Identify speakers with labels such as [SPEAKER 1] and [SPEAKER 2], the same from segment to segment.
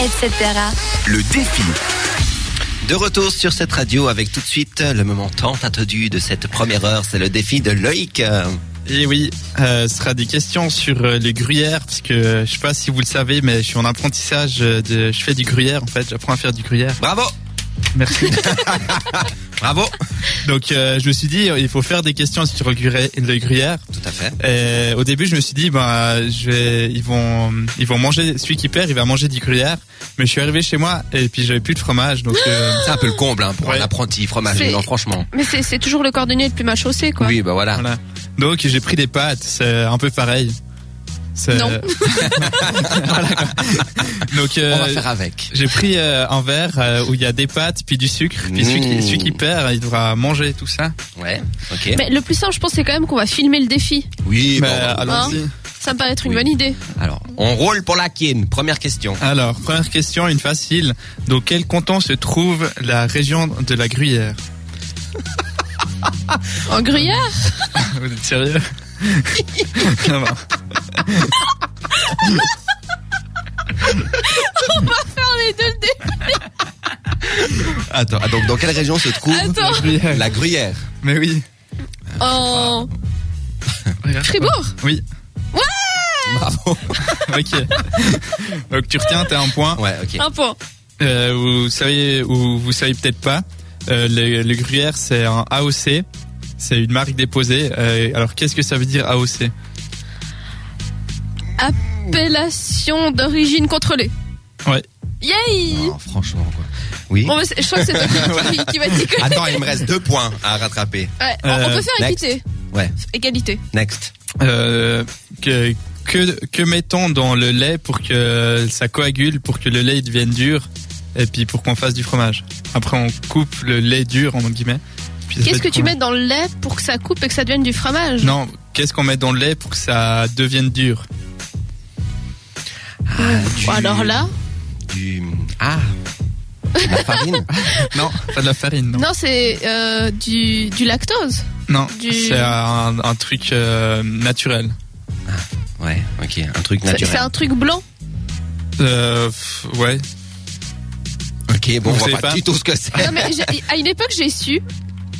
[SPEAKER 1] etc.
[SPEAKER 2] Le défi. De retour sur cette radio avec tout de suite euh, le moment tant attendu de cette première heure, c'est le défi de Loïc. Euh,
[SPEAKER 3] Et oui, euh, ce sera des questions sur euh, les gruyères, parce que euh, je sais pas si vous le savez, mais je suis en apprentissage, euh, de, je fais du gruyère en fait, j'apprends à faire du gruyère.
[SPEAKER 2] Bravo,
[SPEAKER 3] Merci.
[SPEAKER 2] bravo.
[SPEAKER 3] Donc euh, je me suis dit, euh, il faut faire des questions sur le gruyère. le gruyère.
[SPEAKER 2] Tout à fait.
[SPEAKER 3] Et euh, au début, je me suis dit, bah, je vais, ils vont, ils vont manger, celui qui perd, il va manger du gruyère. Mais je suis arrivé chez moi et puis j'avais plus de fromage, donc euh,
[SPEAKER 2] C'est un peu le comble hein, pour
[SPEAKER 3] Ouais.
[SPEAKER 2] un apprenti fromager,
[SPEAKER 4] C'est-
[SPEAKER 2] non, franchement.
[SPEAKER 4] Mais c'est c'est toujours le cordonnier le plus mal chaussé, quoi.
[SPEAKER 2] Oui, bah voilà.
[SPEAKER 3] voilà. Donc j'ai pris des pâtes, c'est un peu pareil. C'est-
[SPEAKER 4] Non.
[SPEAKER 3] Voilà, quoi. Donc euh,
[SPEAKER 2] On va faire avec.
[SPEAKER 3] J'ai pris euh, un verre euh, où il y a des pâtes, puis du sucre. Puis celui,
[SPEAKER 2] Mmh.
[SPEAKER 3] qui, celui qui perd, il devra manger tout ça.
[SPEAKER 2] Ouais, ok.
[SPEAKER 4] Mais le plus simple, je pense, c'est quand même qu'on va filmer le défi.
[SPEAKER 2] Oui,
[SPEAKER 3] Mais,
[SPEAKER 2] bon,
[SPEAKER 3] euh, allons-y.
[SPEAKER 4] Ça me paraît être une
[SPEAKER 2] Oui.
[SPEAKER 4] bonne idée.
[SPEAKER 2] alors, on roule pour la kin. Première question.
[SPEAKER 3] Alors, première question, une facile. Dans quel canton se trouve la région de la Gruyère
[SPEAKER 4] En gruyère
[SPEAKER 3] Vous êtes sérieux Non, non.
[SPEAKER 4] Faire les deux le dé-
[SPEAKER 2] Attends, ah, donc dans quelle région se trouve
[SPEAKER 4] Attends.
[SPEAKER 3] La Gruyère.
[SPEAKER 2] la Gruyère
[SPEAKER 3] Mais oui.
[SPEAKER 2] Ah.
[SPEAKER 4] En
[SPEAKER 3] Regarde.
[SPEAKER 4] Fribourg
[SPEAKER 3] Oui.
[SPEAKER 2] Bravo.
[SPEAKER 3] Ok. Donc tu retiens, t'as un point.
[SPEAKER 2] Ouais, ok.
[SPEAKER 4] Un point.
[SPEAKER 3] Euh, vous savez ou vous savez peut-être pas, euh, le, le Gruyère c'est un AOC, c'est une marque déposée. Euh, alors qu'est-ce que ça veut dire AOC
[SPEAKER 4] Appellation d'origine contrôlée.
[SPEAKER 3] Ouais.
[SPEAKER 4] Yay
[SPEAKER 2] Non, Oh, franchement, quoi. Oui.
[SPEAKER 4] Bon, mais c'est- je crois que c'est toi qui, qui va t'y coller.
[SPEAKER 2] Attends, il me reste deux points à rattraper.
[SPEAKER 4] Ouais, on- on
[SPEAKER 3] Euh,
[SPEAKER 4] peut faire
[SPEAKER 2] Ah. next.
[SPEAKER 4] équité.
[SPEAKER 2] Ouais.
[SPEAKER 4] Égalité.
[SPEAKER 2] Next.
[SPEAKER 3] Euh, que, que, que mettons dans le lait pour que ça coagule, pour que le lait il devienne dur, et puis pour qu'on fasse du fromage. Après, on coupe le lait dur, en guillemets. puis ça fait
[SPEAKER 4] Qu'est-ce que
[SPEAKER 3] du
[SPEAKER 4] tu
[SPEAKER 3] fromage.
[SPEAKER 4] mets dans le lait pour que ça coupe et que ça devienne du fromage
[SPEAKER 3] Non, qu'est-ce qu'on met dans le lait pour que ça devienne dur
[SPEAKER 2] du- Ah,
[SPEAKER 4] Bon, Ah, Oh, alors là,
[SPEAKER 2] Du. Ah de La farine
[SPEAKER 3] Non, pas de la farine, non.
[SPEAKER 4] non, c'est euh, du, du lactose.
[SPEAKER 3] Non,
[SPEAKER 4] du-
[SPEAKER 3] c'est un, un truc euh, naturel.
[SPEAKER 2] Ouais, ok, un truc
[SPEAKER 4] C'est- C'est
[SPEAKER 2] naturel.
[SPEAKER 4] un truc blanc.
[SPEAKER 3] Euh, pff, ouais,
[SPEAKER 2] Ok, bon,
[SPEAKER 3] Vous
[SPEAKER 2] on
[SPEAKER 3] savez
[SPEAKER 2] voit pas
[SPEAKER 3] pas
[SPEAKER 2] du tout ce que c'est.
[SPEAKER 4] Non, mais j'ai- à une époque, j'ai su,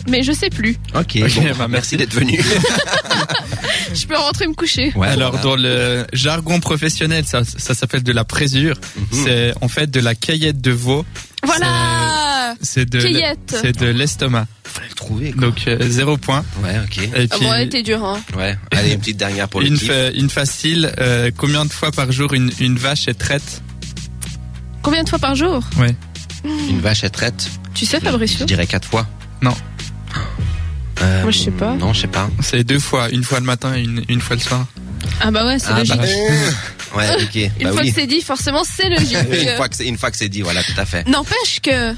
[SPEAKER 4] mais je sais plus.
[SPEAKER 2] Ok,
[SPEAKER 3] Ok,
[SPEAKER 2] bon,
[SPEAKER 3] bah, merci.
[SPEAKER 2] merci d'être venu.
[SPEAKER 4] Je peux rentrer me coucher.
[SPEAKER 2] Ouais,
[SPEAKER 3] Alors
[SPEAKER 2] voilà.
[SPEAKER 3] dans le jargon professionnel, ça, ça s'appelle de la présure.
[SPEAKER 2] Mhm.
[SPEAKER 3] C'est en fait de la caillette de veau.
[SPEAKER 4] Voilà
[SPEAKER 3] C'est de l'e-
[SPEAKER 4] Caillette.
[SPEAKER 3] c'est de l'estomac.
[SPEAKER 2] Fallait le trouver, quoi.
[SPEAKER 3] Donc euh, zéro point.
[SPEAKER 2] Ouais, ok.
[SPEAKER 3] Et
[SPEAKER 4] Ah
[SPEAKER 3] puis,
[SPEAKER 4] Bon, elle était dure, hein.
[SPEAKER 2] Ouais, allez, une petite dernière pour le
[SPEAKER 3] une,
[SPEAKER 2] kiff.
[SPEAKER 3] fa- une facile. euh, combien de fois par jour une, une vache est traite
[SPEAKER 4] Combien de fois par jour
[SPEAKER 2] Une vache est traite.
[SPEAKER 4] Tu sais,
[SPEAKER 2] Je
[SPEAKER 4] Fabricio
[SPEAKER 2] dirais quatre fois.
[SPEAKER 3] Non.
[SPEAKER 2] Euh,
[SPEAKER 4] Moi, je sais pas.
[SPEAKER 2] Non, je sais pas.
[SPEAKER 3] C'est deux fois. Une fois le matin et une, une fois le soir.
[SPEAKER 4] Ah bah ouais, c'est
[SPEAKER 2] Ah,
[SPEAKER 4] logique.
[SPEAKER 2] bah, ouais, ok.
[SPEAKER 4] Une
[SPEAKER 2] bah
[SPEAKER 4] fois
[SPEAKER 2] oui.
[SPEAKER 4] que c'est dit, forcément, c'est euh. logique.
[SPEAKER 2] Une fois que c'est- une fois que c'est dit, voilà, tout à fait.
[SPEAKER 4] N'empêche que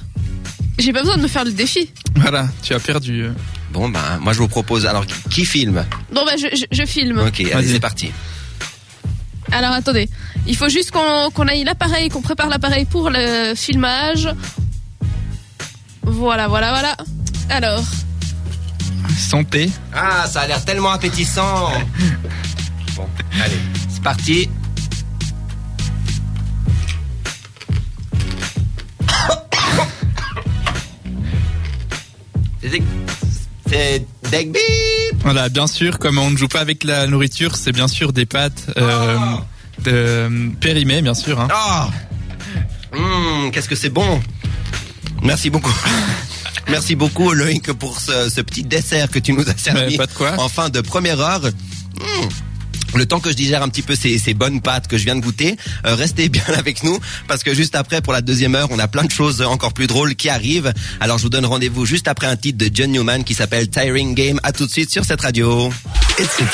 [SPEAKER 4] j'ai pas besoin de me faire le défi.
[SPEAKER 3] Voilà, tu as perdu. euh.
[SPEAKER 2] Bon, bah, moi, je vous propose. Alors, qui, qui filme
[SPEAKER 4] Bon bah je, je- je filme.
[SPEAKER 2] Ok, allez,
[SPEAKER 3] Vas-y.
[SPEAKER 2] c'est parti.
[SPEAKER 4] Alors attendez, il faut juste qu'on qu'on aille l'appareil, qu'on prépare l'appareil pour le filmage. Voilà, voilà, voilà. Alors,
[SPEAKER 3] Santé.
[SPEAKER 2] Ah, ça a l'air tellement appétissant. bon, allez, c'est parti. C'est Deg Beep.
[SPEAKER 3] Voilà, bien sûr, comme on ne joue pas avec la nourriture, c'est bien sûr des pâtes euh,
[SPEAKER 2] Ah.
[SPEAKER 3] de euh, périmées, bien sûr. hein.
[SPEAKER 2] Ah Hum, Qu'est-ce que c'est bon Merci beaucoup. Merci beaucoup Loïc pour ce, ce petit dessert que tu nous as servi.
[SPEAKER 3] Mais pas de quoi.
[SPEAKER 2] En fin de première heure. Hum. Le temps que je digère un petit peu ces, ces bonnes pâtes que je viens de goûter, euh, restez bien avec nous parce que juste après pour la deuxième heure, on a plein de choses encore plus drôles qui arrivent. Alors je vous donne rendez-vous juste après un titre de John Newman qui s'appelle Tiring Game. À tout de suite sur cette radio, etc.